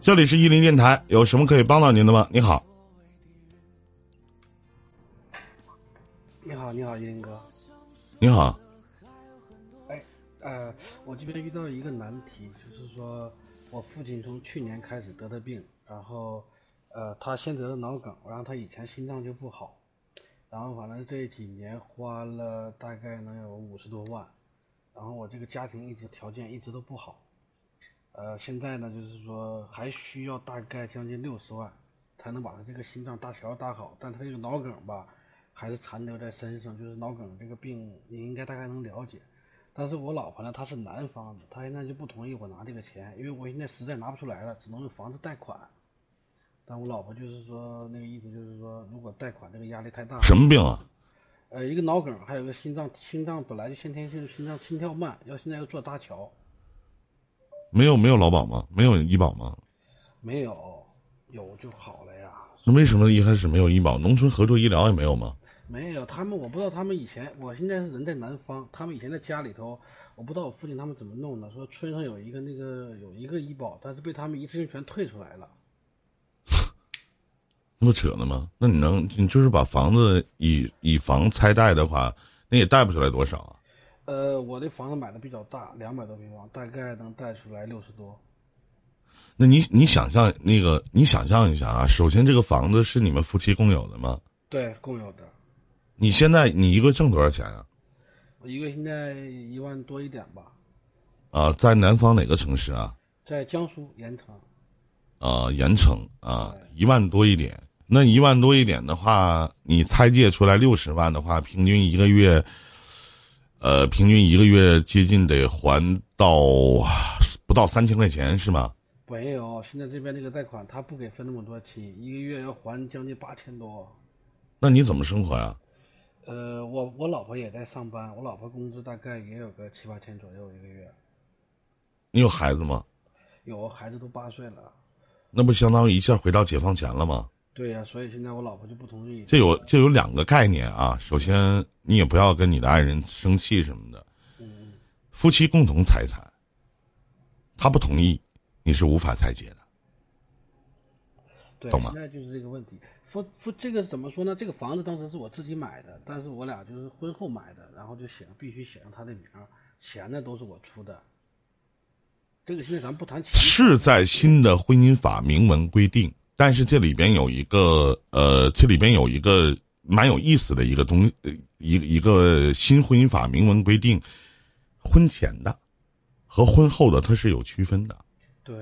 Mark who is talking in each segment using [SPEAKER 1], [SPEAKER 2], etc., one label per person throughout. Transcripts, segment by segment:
[SPEAKER 1] 这里是伊林电台，有什么可以帮到您的吗？你好，
[SPEAKER 2] 你好，你好，叶林哥。
[SPEAKER 1] 你好，
[SPEAKER 2] 哎，呃，我这边遇到一个难题，就是说我父亲从去年开始得的病，然后，呃，他先得了脑梗，然后他以前心脏就不好，然后反正这几年花了大概能有五十多万，然后我这个家庭一直条件一直都不好，呃，现在呢就是说还需要大概将近六十万才能把他这个心脏搭桥搭好，但他这个脑梗吧。还是残留在身上，就是脑梗这个病，你应该大概能了解。但是我老婆呢，她是南方的，她现在就不同意我拿这个钱，因为我现在实在拿不出来了，只能用房子贷款。但我老婆就是说，那个意思就是说，如果贷款这个压力太大，
[SPEAKER 1] 什么病啊？
[SPEAKER 2] 呃，一个脑梗，还有一个心脏，心脏本来就先天性心脏心跳慢，要现在又做搭桥，
[SPEAKER 1] 没有没有劳保吗？没有医保吗？
[SPEAKER 2] 没有，有就好了呀。
[SPEAKER 1] 那为什么一开始没有医保？农村合作医疗也没有吗？
[SPEAKER 2] 没有，他们我不知道他们以前，我现在是人在南方，他们以前在家里头，我不知道我父亲他们怎么弄的，说村上有一个那个有一个医保，但是被他们一次性全退出来了。
[SPEAKER 1] 那不扯呢吗？那你能，你就是把房子以以房拆贷的话，那也贷不出来多少啊？
[SPEAKER 2] 呃，我的房子买的比较大，两百多平方，大概能贷出来六十多。
[SPEAKER 1] 那你你想象那个，你想象一下啊，首先这个房子是你们夫妻共有的吗？
[SPEAKER 2] 对，共有的，
[SPEAKER 1] 你现在你一个月挣多少钱啊？
[SPEAKER 2] 我一个现在一万多一点吧，
[SPEAKER 1] 啊，在南方哪个城市啊？
[SPEAKER 2] 在江苏盐城。
[SPEAKER 1] 啊，盐城啊，一万多一点。那一万多一点的话，你拆借出来六十万的话，平均一个月，呃，平均一个月接近得还到不到三千块钱是吗？
[SPEAKER 2] 没有，现在这边这个贷款他不给分那么多期，一个月要还将近八千多。
[SPEAKER 1] 那你怎么生活呀、
[SPEAKER 2] 呃，我我老婆也在上班，我老婆工资大概也有个七八千左右一个月，
[SPEAKER 1] 你有孩子吗？
[SPEAKER 2] 有孩子都八岁了。
[SPEAKER 1] 那不相当于一下回到解放前了吗？
[SPEAKER 2] 对呀、所以现在我老婆就不同意。
[SPEAKER 1] 这有这有两个概念啊。首先，你也不要跟你的爱人生气什么的。夫妻共同财产，他不同意，你是无法拆解的。
[SPEAKER 2] 对，
[SPEAKER 1] 懂吗
[SPEAKER 2] 现在就是这个问题。夫夫，这个怎么说呢？这个房子当时是我自己买的，但是我俩就是婚后买的，然后就写必须写上他的名儿，钱呢都是我出的。这个现在咱不谈钱，
[SPEAKER 1] 是在新的婚姻法明文规定，但是这里边有一个呃，这里边有一个蛮有意思的一个东呃一一个新婚姻法明文规定，婚前的和婚后的它是有区分的。
[SPEAKER 2] 对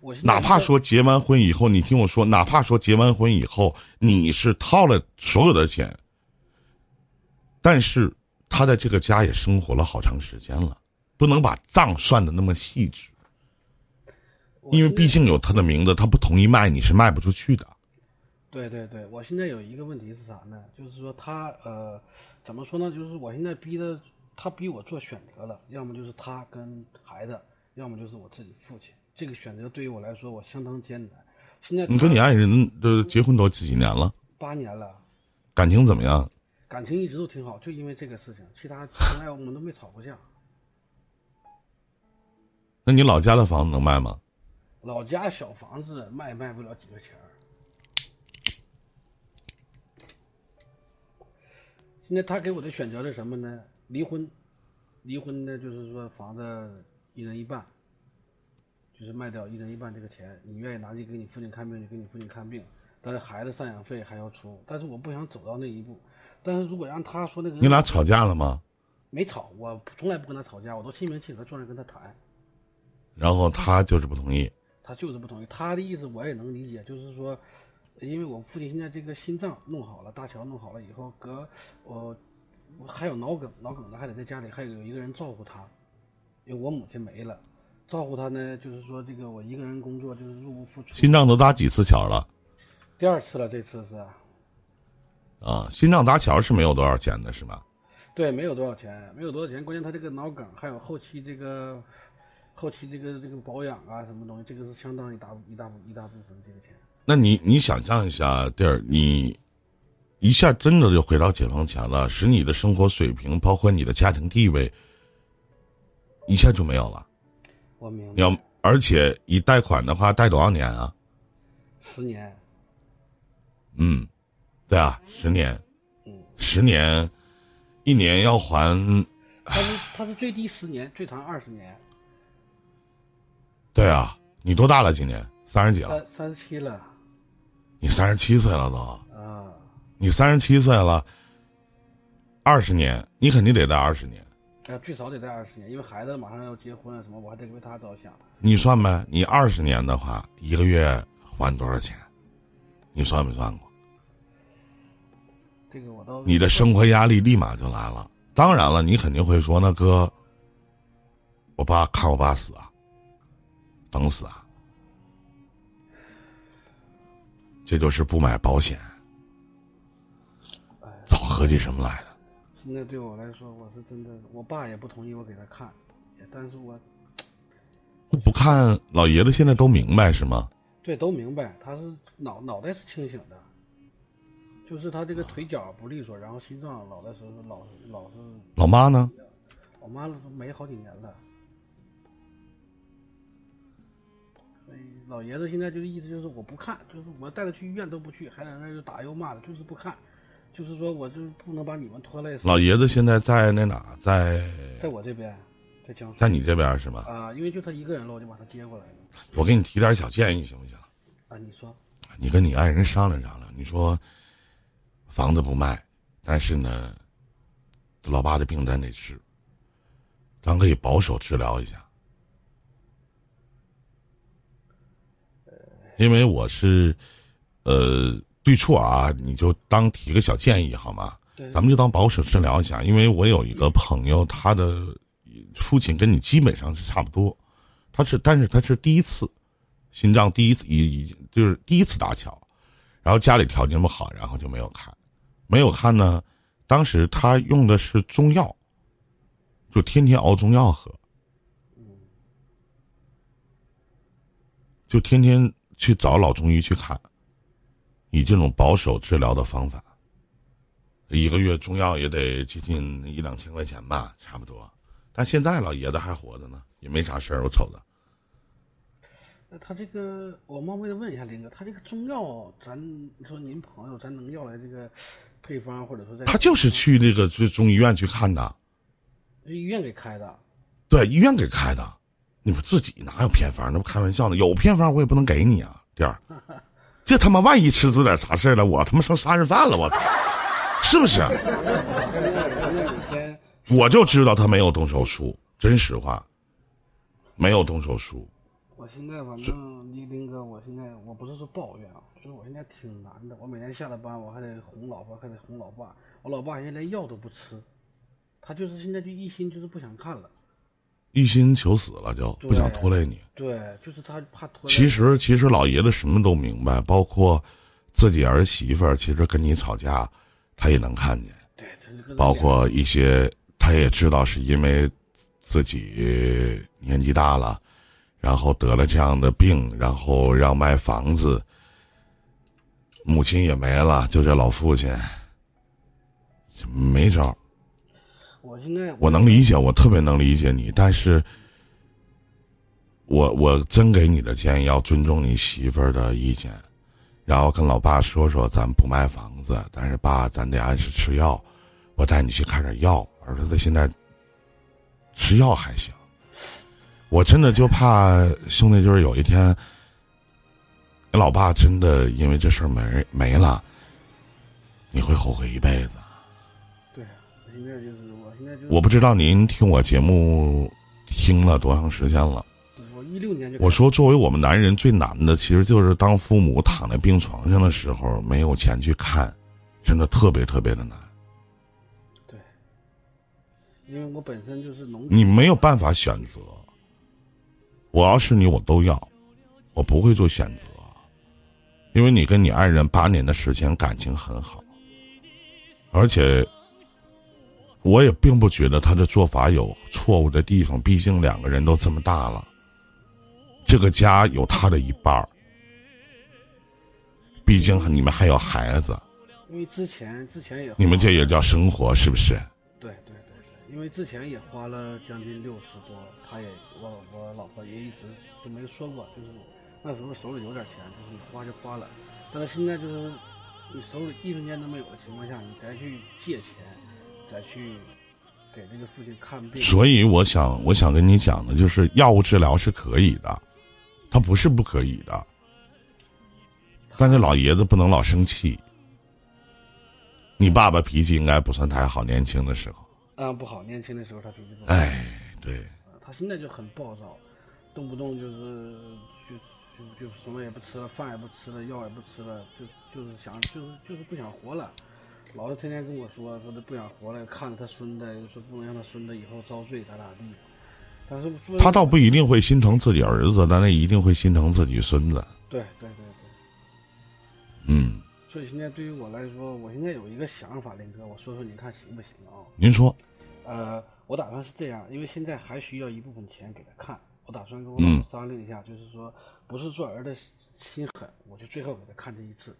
[SPEAKER 2] 我现在
[SPEAKER 1] 哪怕
[SPEAKER 2] 就
[SPEAKER 1] 说结完婚以后，你听我说，哪怕说结完婚以后你是掏了所有的钱，但是他在这个家也生活了好长时间了，不能把账算的那么细致，
[SPEAKER 2] 我
[SPEAKER 1] 因为
[SPEAKER 2] 现
[SPEAKER 1] 毕
[SPEAKER 2] 在
[SPEAKER 1] 竟有他的名字，他不同意卖，你是卖不出去的。
[SPEAKER 2] 对对对，我现在有一个问题是啥呢？就是说他呃，怎么说呢？就是我现在逼着他逼我做选择了，要么就是他跟孩子，要么就是我自己父亲。这个选择对于我来说，我相当艰难。现在
[SPEAKER 1] 你跟
[SPEAKER 2] 他
[SPEAKER 1] 你爱人呃结婚都几年了，
[SPEAKER 2] 八年了，
[SPEAKER 1] 感情怎么样？
[SPEAKER 2] 感情一直都挺好，就因为这个事情，其他从来我们都没吵过架。
[SPEAKER 1] 那你老家的房子能卖吗？
[SPEAKER 2] 老家小房子卖也卖不了几个钱儿。现在他给我的选择是什么呢？离婚，离婚呢就是说房子一人一半，就是卖掉一人一半这个钱，你愿意拿去给你父亲看病就给你父亲看病，但是孩子赡养费还要出，但是我不想走到那一步。但是如果让他说那个
[SPEAKER 1] 你俩吵架了吗？
[SPEAKER 2] 没吵，我从来不跟他吵架，我都心平气和坐那跟他谈。
[SPEAKER 1] 然后他就是不同意，
[SPEAKER 2] 他就是不同意。他的意思我也能理解，就是说，因为我父亲现在这个心脏弄好了，大桥弄好了以后，隔我我还有脑梗，脑梗的还得在家里还有一个人照顾他，因为我母亲没了，照顾他呢，就是说这个我一个人工作就是入不敷出。
[SPEAKER 1] 心脏都搭几次桥了
[SPEAKER 2] 第二次了，这次是，
[SPEAKER 1] 啊？心脏搭桥是没有多少钱的，是吧？
[SPEAKER 2] 对，没有多少钱，没有多少钱，关键他这个脑梗还有后期这个。后期这个这个保养啊，什么东西，这个是相当一大一大一大部分这个钱。
[SPEAKER 1] 那你你想象一下，弟儿，你一下真的就回到解放前了，使你的生活水平，包括你的家庭地位，一下就没有了。
[SPEAKER 2] 我明白。
[SPEAKER 1] 你要，而且一贷款的话，贷多少年啊？
[SPEAKER 2] 十年，
[SPEAKER 1] 嗯，对啊，十年，
[SPEAKER 2] 嗯，
[SPEAKER 1] 十年，一年要还，嗯
[SPEAKER 2] 它是它是最低十年，最长二十年，
[SPEAKER 1] 对啊，你多大了？今年三十几了？
[SPEAKER 2] 三三十七了
[SPEAKER 1] 你三十七岁了都，
[SPEAKER 2] 啊，
[SPEAKER 1] 你三十七岁了，二十年，你肯定得贷二十年。
[SPEAKER 2] 啊，最少得贷二十年，因为孩子马上要结婚了什么，我还得为他着想。
[SPEAKER 1] 你算呗，你二十年的话，一个月还多少钱？你算没算过？
[SPEAKER 2] 这个我倒
[SPEAKER 1] 你的生活压力立马就来了。当然了，你肯定会说：“那哥，我爸看我爸死啊，等死啊。”这就是不买保险，早合计什么来的？
[SPEAKER 2] 现在对我来说，我是真的，我爸也不同意我给他看，但是我
[SPEAKER 1] 不看老爷子现在都明白是吗？
[SPEAKER 2] 对都明白，他是脑脑袋是清醒的，就是他这
[SPEAKER 1] 啊
[SPEAKER 2] 个腿脚不利索，然后心脏老的时候老是老是，
[SPEAKER 1] 老妈呢？
[SPEAKER 2] 我妈都没好几年了，所以老爷子现在就是意思就是我不看，就是我带他去医院都不去，还在那儿就打又骂的，就是不看，就是说我就是不能把你们拖累死，
[SPEAKER 1] 老爷子现在在那哪？在
[SPEAKER 2] 在我这边，在江苏
[SPEAKER 1] 在你这边是吗？
[SPEAKER 2] 啊，因为就他一个人了，我就把他接过来了
[SPEAKER 1] 我给你提点小建议行不行？
[SPEAKER 2] 啊，你说。
[SPEAKER 1] 你跟你爱人商量商量，你说房子不卖，但是呢，老爸的病咱得治，咱可以保守治疗一下。因为我是，呃，对错啊，你就当提个小建议好吗？
[SPEAKER 2] 对
[SPEAKER 1] 咱们就当保守治疗一下，因为我有一个朋友，他的父亲跟你基本上是差不多，他是，但是他是第一次心脏第一次已已就是第一次搭桥，然后家里条件不好，然后就没有看，没有看呢，当时他用的是中药，就天天熬中药喝，就天天去找老中医去看，以这种保守治疗的方法。一个月中药也得接近一两千块钱吧，差不多。但现在老爷子还活着呢，也没啥事儿，我瞅着。
[SPEAKER 2] 那他这个，我冒昧的问一下林哥，他这个中药，咱你说您朋友，咱能要来这个配方，或者说在
[SPEAKER 1] 他就是去那个去中医院去看的，
[SPEAKER 2] 医院给开的，
[SPEAKER 1] 对，医院给开的。你们自己哪有偏方？那不开玩笑呢？有偏方我也不能给你啊，弟儿。这他妈万一吃出点啥事儿来，我他妈成杀人犯了，我操！是不是？
[SPEAKER 2] 现在人家每天
[SPEAKER 1] 我就知道他没有动手术，真实话，没有动手术。
[SPEAKER 2] 我现在反正林林哥，我现在我不是说抱怨啊，就是我现在挺难的。我每天下了班，我还得哄老婆，还得哄老爸。我老爸现在连药都不吃，他就是现在就一心就是不想看了。
[SPEAKER 1] 一心求死了就，不想
[SPEAKER 2] 对
[SPEAKER 1] 拖累你。
[SPEAKER 2] 对，就是他怕拖累。
[SPEAKER 1] 其实，其实老爷子什么都明白，包括自己儿媳妇儿，其实跟你吵架，他也能看见，
[SPEAKER 2] 对，他这个
[SPEAKER 1] 包括一些他也知道是因为自己年纪大了，然后得了这样的病，然后让卖房子，母亲也没了，就这老父亲，没招儿。
[SPEAKER 2] 我现在
[SPEAKER 1] 我能理解，我特别能理解你，但是我我真给你的建议要尊重你媳妇儿的意见，然后跟老爸说说，咱不卖房子，但是爸，咱得按时吃药，我带你去看点药。儿子现在吃药还行，我真的就怕兄弟，就是有一天，你老爸真的因为这事儿没没了，你会后悔一辈子。
[SPEAKER 2] 对，我现在就是我现在就是
[SPEAKER 1] 我不知道您听我节目听了多长时间了。
[SPEAKER 2] 我一六年就
[SPEAKER 1] 我说，作为我们男人最难的，其实就是当父母躺在病床上的时候，没有钱去看，真的特别特别的难。
[SPEAKER 2] 对，因为我本身就是农
[SPEAKER 1] 你没有办法选择。我要是你，我都要，我不会做选择，因为你跟你爱人八年的时间感情很好，而且我也并不觉得他的做法有错误的地方，毕竟两个人都这么大了，这个家有他的一半儿，毕竟你们还有孩子，
[SPEAKER 2] 因为之前之前也
[SPEAKER 1] 你们这也叫生活，是不是？
[SPEAKER 2] 对对对对，因为之前也花了将近六十多，他也我我老婆也一直就没说过，就是那时候手里有点钱，就是你花就花了，但是现在就是你手里一分钱都没有的情况下，你再去借钱，再去给这个父亲看病，
[SPEAKER 1] 所以我想，我想跟你讲的就是，药物治疗是可以的，它不是不可以的。但是老爷子不能老生气。你爸爸脾气应该不算太好，年轻的时候，
[SPEAKER 2] 嗯不好，年轻的时候他脾气不好。
[SPEAKER 1] 哎，对，
[SPEAKER 2] 他现在就很暴躁，动不动就是就就就什么也不吃了，饭也不吃了，药也不吃了，就就是想就是就是不想活了。老是天天跟我说说他不想活了，看着他孙子说不能让他孙子以后遭罪咋咋地。但是作为
[SPEAKER 1] 他倒不一定会心疼自己儿子，但他一定会心疼自己孙子。
[SPEAKER 2] 对对对对，
[SPEAKER 1] 嗯，
[SPEAKER 2] 所以现在对于我来说，我现在有一个想法，林哥，我说说你看行不行啊、
[SPEAKER 1] 您说，
[SPEAKER 2] 呃，我打算是这样，因为现在还需要一部分钱给他看，我打算跟我
[SPEAKER 1] 嗯
[SPEAKER 2] 老婆商量一下，就是说不是做儿子心狠，我就最后给他看这一次。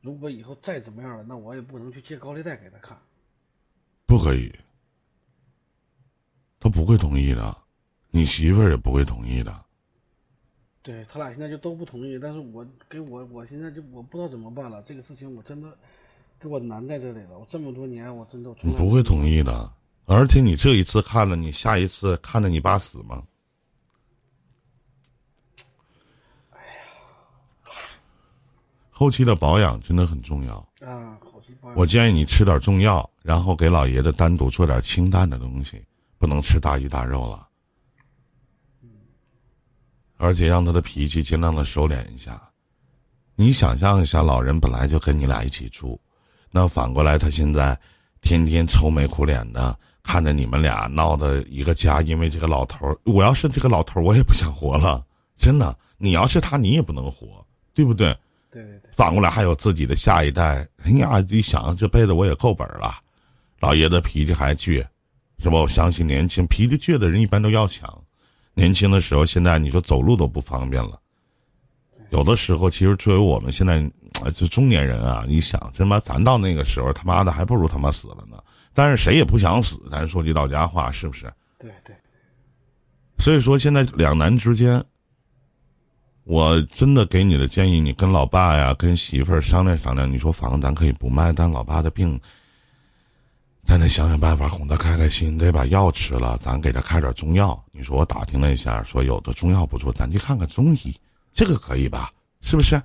[SPEAKER 2] 如果以后再怎么样了，那我也不能去借高利贷给他看。
[SPEAKER 1] 不可以，他不会同意的，你媳妇儿也不会同意的。
[SPEAKER 2] 对他俩现在就都不同意，但是我给我我现在就我不知道怎么办了，这个事情我真的给我难在这里了。我这么多年，我真的我从
[SPEAKER 1] 你
[SPEAKER 2] 来
[SPEAKER 1] 不会同意的，而且你这一次看了，你下一次看着你爸死吗？后期的保养真的很重要，
[SPEAKER 2] 啊，好奇怪。
[SPEAKER 1] 我建议你吃点中药，然后给老爷子单独做点清淡的东西，不能吃大鱼大肉了，而且让他的脾气尽量的收敛一下。你想象一下，老人本来就跟你俩一起住，那反过来他现在天天愁眉苦脸的看着你们俩闹的一个家，因为这个老头儿，我要是这个老头儿，我也不想活了，真的。你要是他，你也不能活，对不对？
[SPEAKER 2] 对对对，
[SPEAKER 1] 反过来还有自己的下一代。哎呀，一想这辈子我也够本儿了，老爷子脾气还倔，是吧？我相信年轻脾气倔的人一般都要强。年轻的时候，现在你说走路都不方便了，有的时候其实作为我们现在呃就中年人啊，你想他妈咱到那个时候他妈的还不如他妈死了呢。但是谁也不想死，咱说句到家话，是不是？
[SPEAKER 2] 对对，
[SPEAKER 1] 所以说，现在两难之间，我真的给你的建议，你跟老爸呀、跟媳妇儿商量商量。你说房咱可以不卖，但老爸的病，咱得想想办法哄他开开心，得把药吃了，咱给他开点中药。你说我打听了一下，说有的中药不错，咱去看看中医，这个可以吧？是不是？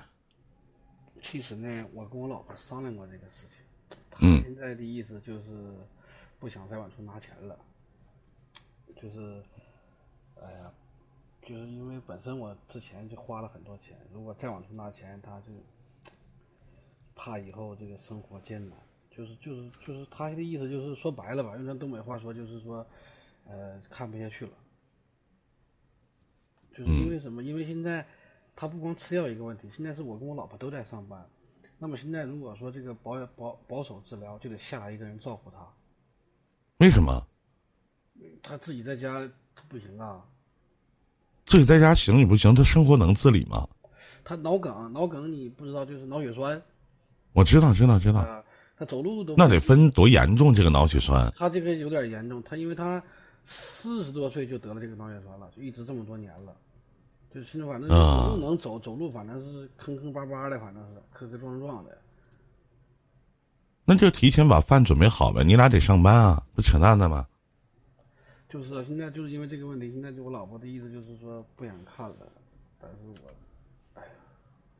[SPEAKER 2] 其实呢，我跟我老婆商量过这个事情，她
[SPEAKER 1] 嗯
[SPEAKER 2] 现在的意思就是不想再往出拿钱了，就是，哎呀，就是因为本身我之前就花了很多钱，如果再往出拿钱，她就怕以后这个生活艰难，就是就是就是她的意思就是说白了吧，用咱东北话说就是说，呃，看不下去了。就是
[SPEAKER 1] 嗯
[SPEAKER 2] 因为什么？因为现在他不光吃药一个问题，现在是我跟我老婆都在上班。那么现在如果说这个保保保守治疗，就得下来一个人照顾他，
[SPEAKER 1] 为什么
[SPEAKER 2] 他自己在家他不行啊。
[SPEAKER 1] 自己在家行与不行？他生活能自理吗？
[SPEAKER 2] 他脑梗，脑梗你不知道，就是脑血栓
[SPEAKER 1] 我知道，知道，知道，
[SPEAKER 2] 啊，他走路都
[SPEAKER 1] 那得分多严重这个脑血栓。
[SPEAKER 2] 他这个有点严重，他因为他四十多岁就得了这个脑血栓了，就一直这么多年了，就是现在反正
[SPEAKER 1] 啊
[SPEAKER 2] 不能走，走路反正是坑坑巴巴的，反正是磕磕撞撞的。
[SPEAKER 1] 那就提前把饭准备好呗，你俩得上班啊，不扯淡呢吗？
[SPEAKER 2] 就是啊，现在就是因为这个问题，现在就我老婆的意思就是说不想看了，但是我，哎呀，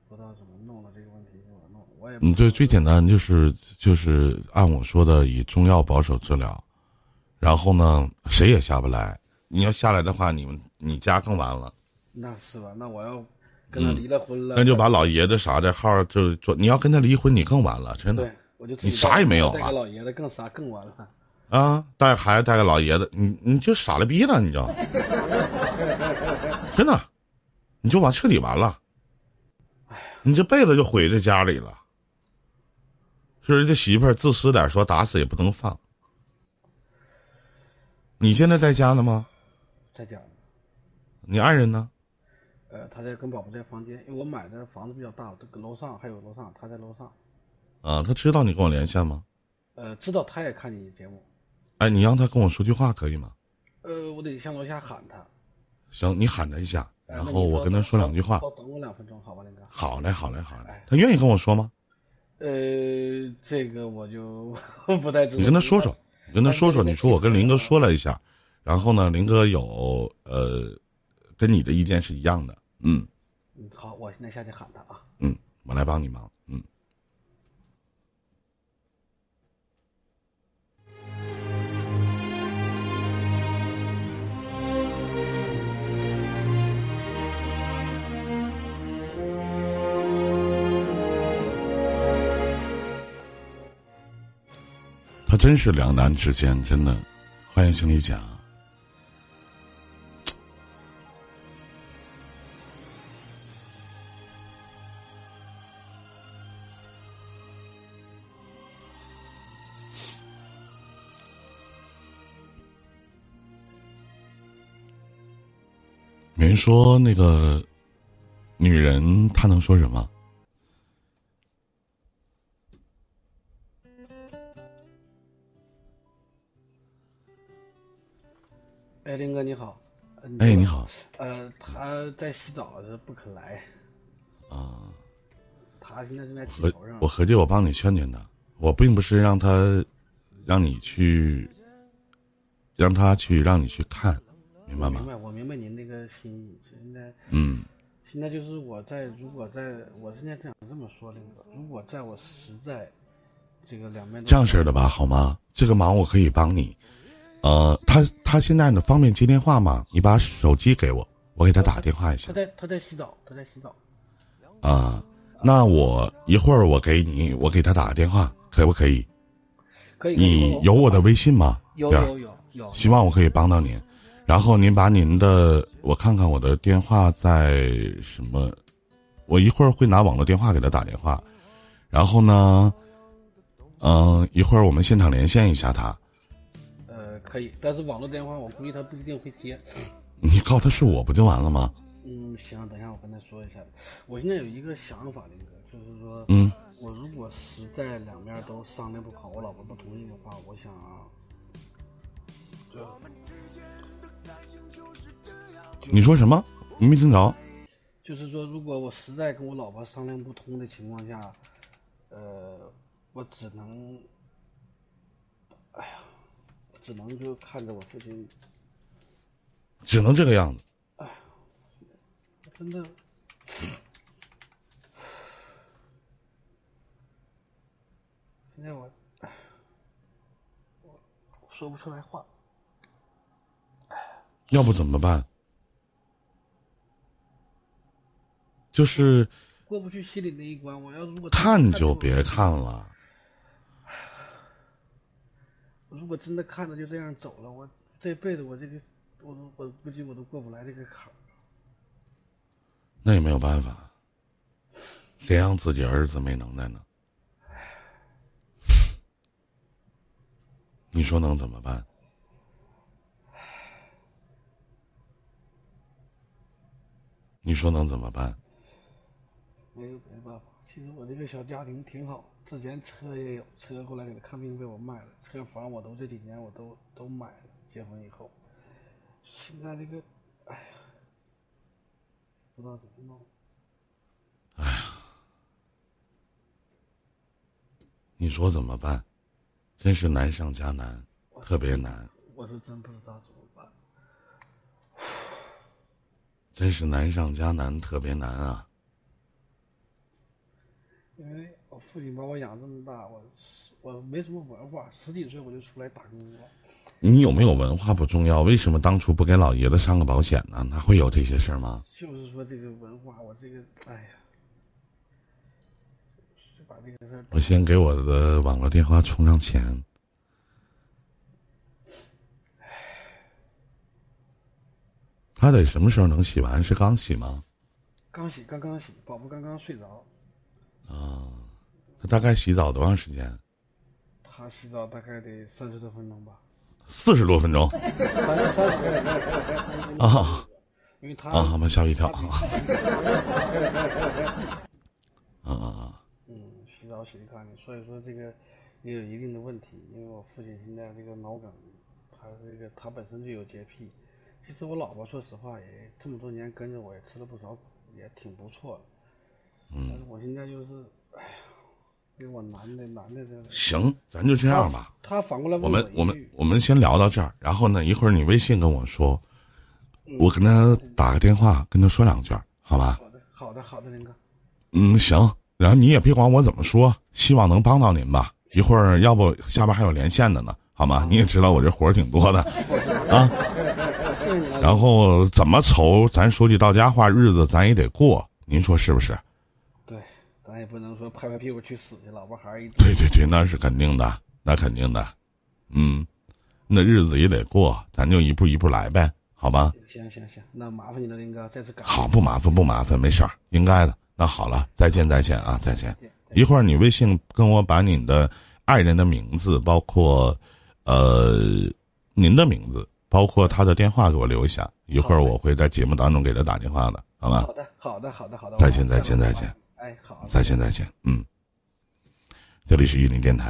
[SPEAKER 2] 不知道怎么弄了这个问题，怎么弄，我也不
[SPEAKER 1] 嗯，对，
[SPEAKER 2] 知道
[SPEAKER 1] 最简单就是就是按我说的，以中药保守治疗，然后呢，谁也下不来。你要下来的话，你们你家更完了，
[SPEAKER 2] 那是吧？那我要跟他离了婚了，
[SPEAKER 1] 嗯那就把老爷子啥的号儿就做。你要跟他离婚，你更完了，真的
[SPEAKER 2] 对，我就自
[SPEAKER 1] 你
[SPEAKER 2] 己
[SPEAKER 1] 啥也没有啊
[SPEAKER 2] 带个老爷子更啥更完了。
[SPEAKER 1] 啊！带孩子带个老爷子，你你就傻了逼了，你就真的，你就完彻底完了，
[SPEAKER 2] 哎
[SPEAKER 1] 你这辈子就毁这家里了。就是这媳妇儿自私点儿说，打死也不能放。你现在在家呢吗？
[SPEAKER 2] 再讲，
[SPEAKER 1] 你爱人呢？
[SPEAKER 2] 呃，他在跟宝宝在房间，因为我买的房子比较大，这个楼上还有楼上，他在楼上，
[SPEAKER 1] 啊，他知道你跟我连线吗？
[SPEAKER 2] 呃，知道他也看你节目，
[SPEAKER 1] 哎，你让他跟我说句话可以吗？
[SPEAKER 2] 呃，我得向楼下喊他，
[SPEAKER 1] 行，你喊他一下，
[SPEAKER 2] 哎
[SPEAKER 1] 然
[SPEAKER 2] 那
[SPEAKER 1] 后
[SPEAKER 2] 你
[SPEAKER 1] 我
[SPEAKER 2] 稍
[SPEAKER 1] 跟他
[SPEAKER 2] 等
[SPEAKER 1] 说两句话。
[SPEAKER 2] 稍等我两分钟，好吧，林哥。
[SPEAKER 1] 好嘞，好嘞，好嘞
[SPEAKER 2] 哎。
[SPEAKER 1] 他愿意跟我说吗？
[SPEAKER 2] 呃，这个我就 不太知道。
[SPEAKER 1] 你跟他说说，你跟他说说，
[SPEAKER 2] 哎那个
[SPEAKER 1] 你说我跟林哥说了一下，然后呢，林哥有呃，跟你的意见是一样的。嗯
[SPEAKER 2] 嗯，好，我现在下去喊他啊。
[SPEAKER 1] 嗯，我来帮你忙。嗯。他真是两难之间，真的。欢迎行李甲。有人说那个女人，她能说什么？
[SPEAKER 2] 哎，林哥你好。呃
[SPEAKER 1] 哎，你。好
[SPEAKER 2] 呃，他在洗澡，他不肯来。
[SPEAKER 1] 啊。
[SPEAKER 2] 他现在正在气
[SPEAKER 1] 合
[SPEAKER 2] 头上
[SPEAKER 1] 我。合计我帮你劝劝他，我并不是让他让你去让他去让你去看，明白
[SPEAKER 2] 明
[SPEAKER 1] 吗？
[SPEAKER 2] 白，我明白您那个心意。现在，
[SPEAKER 1] 嗯，
[SPEAKER 2] 现在就是我在，如果在我现在想这么说，林哥，如果在我实在这个两面都
[SPEAKER 1] 这样式儿的吧，好吗？这个忙我可以帮你。呃，他他现在呢方便接电话吗？你把手机给我，我给他打电话一下
[SPEAKER 2] 他在他在洗澡，他在洗澡。
[SPEAKER 1] 啊。那我一会儿我给你，我给他打个电话，可不可以？
[SPEAKER 2] 可以。可以
[SPEAKER 1] 你有我的微信吗？
[SPEAKER 2] 有
[SPEAKER 1] 点儿
[SPEAKER 2] 有有有。
[SPEAKER 1] 希望我可以帮到您。然后您把您的，我看看我的电话在什么，我一会儿会拿网络电话给他打电话。然后呢，嗯、一会儿我们现场连线一下他。
[SPEAKER 2] 呃，可以，但是网络电话我估计他不一定会接。
[SPEAKER 1] 你告他是我不就完了吗？
[SPEAKER 2] 嗯，行，等一下我跟他说一下。我现在有一个想法，林哥，就是说，
[SPEAKER 1] 嗯，
[SPEAKER 2] 我如果实在两面都商量不好，我老婆不同意的话，我想啊，就
[SPEAKER 1] 你说什么？我没听着。
[SPEAKER 2] 就是说，如果我实在跟我老婆商量不通的情况下，呃，我只能，哎呀，我只能就看着我父亲，
[SPEAKER 1] 只能这个样子。
[SPEAKER 2] 真的，现在我，哎我我说不出来话。
[SPEAKER 1] 要不怎么办？就是
[SPEAKER 2] 过不去心里那一关。我要如果真的
[SPEAKER 1] 看
[SPEAKER 2] 着
[SPEAKER 1] 就别，看了。
[SPEAKER 2] 如果真的看着就这样走了，我这辈子我这个我都我估计我都过不来这个坎儿。
[SPEAKER 1] 那也没有办法，谁让自己儿子没能耐呢？你说能怎么办？你说能怎么办？
[SPEAKER 2] 没有没办法，其实我这个小家庭挺好，之前车也有，车后来给他看病被我卖了，车房我都这几年我都都买了，结婚以后，现在这个，哎呀，不知道怎么弄。
[SPEAKER 1] 你说怎么办？真是难上加难，特别难，
[SPEAKER 2] 我是真不知道怎么办。
[SPEAKER 1] 真是难上加难，特别难啊！
[SPEAKER 2] 因为我父亲把我养这么大，我我没什么文化，十几岁我就出来打工了。
[SPEAKER 1] 你有没有文化不重要，为什么当初不给老爷子上个保险呢？哪会有这些事儿吗？
[SPEAKER 2] 就是说这个文化，我这个，哎呀，是把这个事儿
[SPEAKER 1] 我先给我的网络电话充上钱。他得什么时候能洗完？是刚洗吗？
[SPEAKER 2] 刚洗，刚刚洗，宝宝刚刚睡着，
[SPEAKER 1] 啊他大概洗澡多长时间？
[SPEAKER 2] 他洗澡大概得三十多分钟 吧，
[SPEAKER 1] 四十多分钟
[SPEAKER 2] 三三十多分钟，
[SPEAKER 1] 啊
[SPEAKER 2] 因为他
[SPEAKER 1] 啊！他妈吓我一跳啊！啊啊啊！
[SPEAKER 2] 嗯洗澡洗的干净，所以说这个也有一定的问题，因为我父亲现在这个脑梗还有这个他本身就有洁癖。其实我老婆说实话也这么多年跟着我也吃了不少苦，也挺不错的。但是
[SPEAKER 1] 嗯，
[SPEAKER 2] 我现在就是，哎呀，给我难的难的这。
[SPEAKER 1] 行，咱就这样吧。
[SPEAKER 2] 他反过来问
[SPEAKER 1] 我们
[SPEAKER 2] 一
[SPEAKER 1] 我们
[SPEAKER 2] 句
[SPEAKER 1] 我们先聊到这儿，然后呢，一会儿你微信跟我说，我跟他打个电话，跟他说两句儿，好吧？
[SPEAKER 2] 好的好的好的，林哥，
[SPEAKER 1] 嗯，行。然后你也别管我怎么说，希望能帮到您吧。一会儿要不下边还有连线的呢，好吗？你也知道我这活儿挺多的啊。
[SPEAKER 2] 谢谢你了。
[SPEAKER 1] 然后怎么愁，咱说句到家话，日子咱也得过，您说是不是？
[SPEAKER 2] 对，咱也不能说拍拍屁股去死去，老婆孩儿一堆。
[SPEAKER 1] 对对对，那是肯定的，那肯定的。嗯，那日子也得过，咱就一步一步来呗，好吗？
[SPEAKER 2] 行行行，那麻烦你了，林哥，再次感谢。
[SPEAKER 1] 好，不麻烦，不麻烦，没事儿，应该的。那好了，再见，再见啊，再见。
[SPEAKER 2] 再见
[SPEAKER 1] 一会儿你微信跟我把你的爱人的名字，包括呃您的名字，包括他的电话给我留一下。一会儿我会在节目当中给他打电话的，好吗
[SPEAKER 2] 好？的，好的，好的，好的。
[SPEAKER 1] 再见
[SPEAKER 2] 我马上
[SPEAKER 1] 再见
[SPEAKER 2] 就
[SPEAKER 1] 再
[SPEAKER 2] 好
[SPEAKER 1] 见。
[SPEAKER 2] 哎，好。
[SPEAKER 1] 再见，再见。嗯，这里是玉林电台。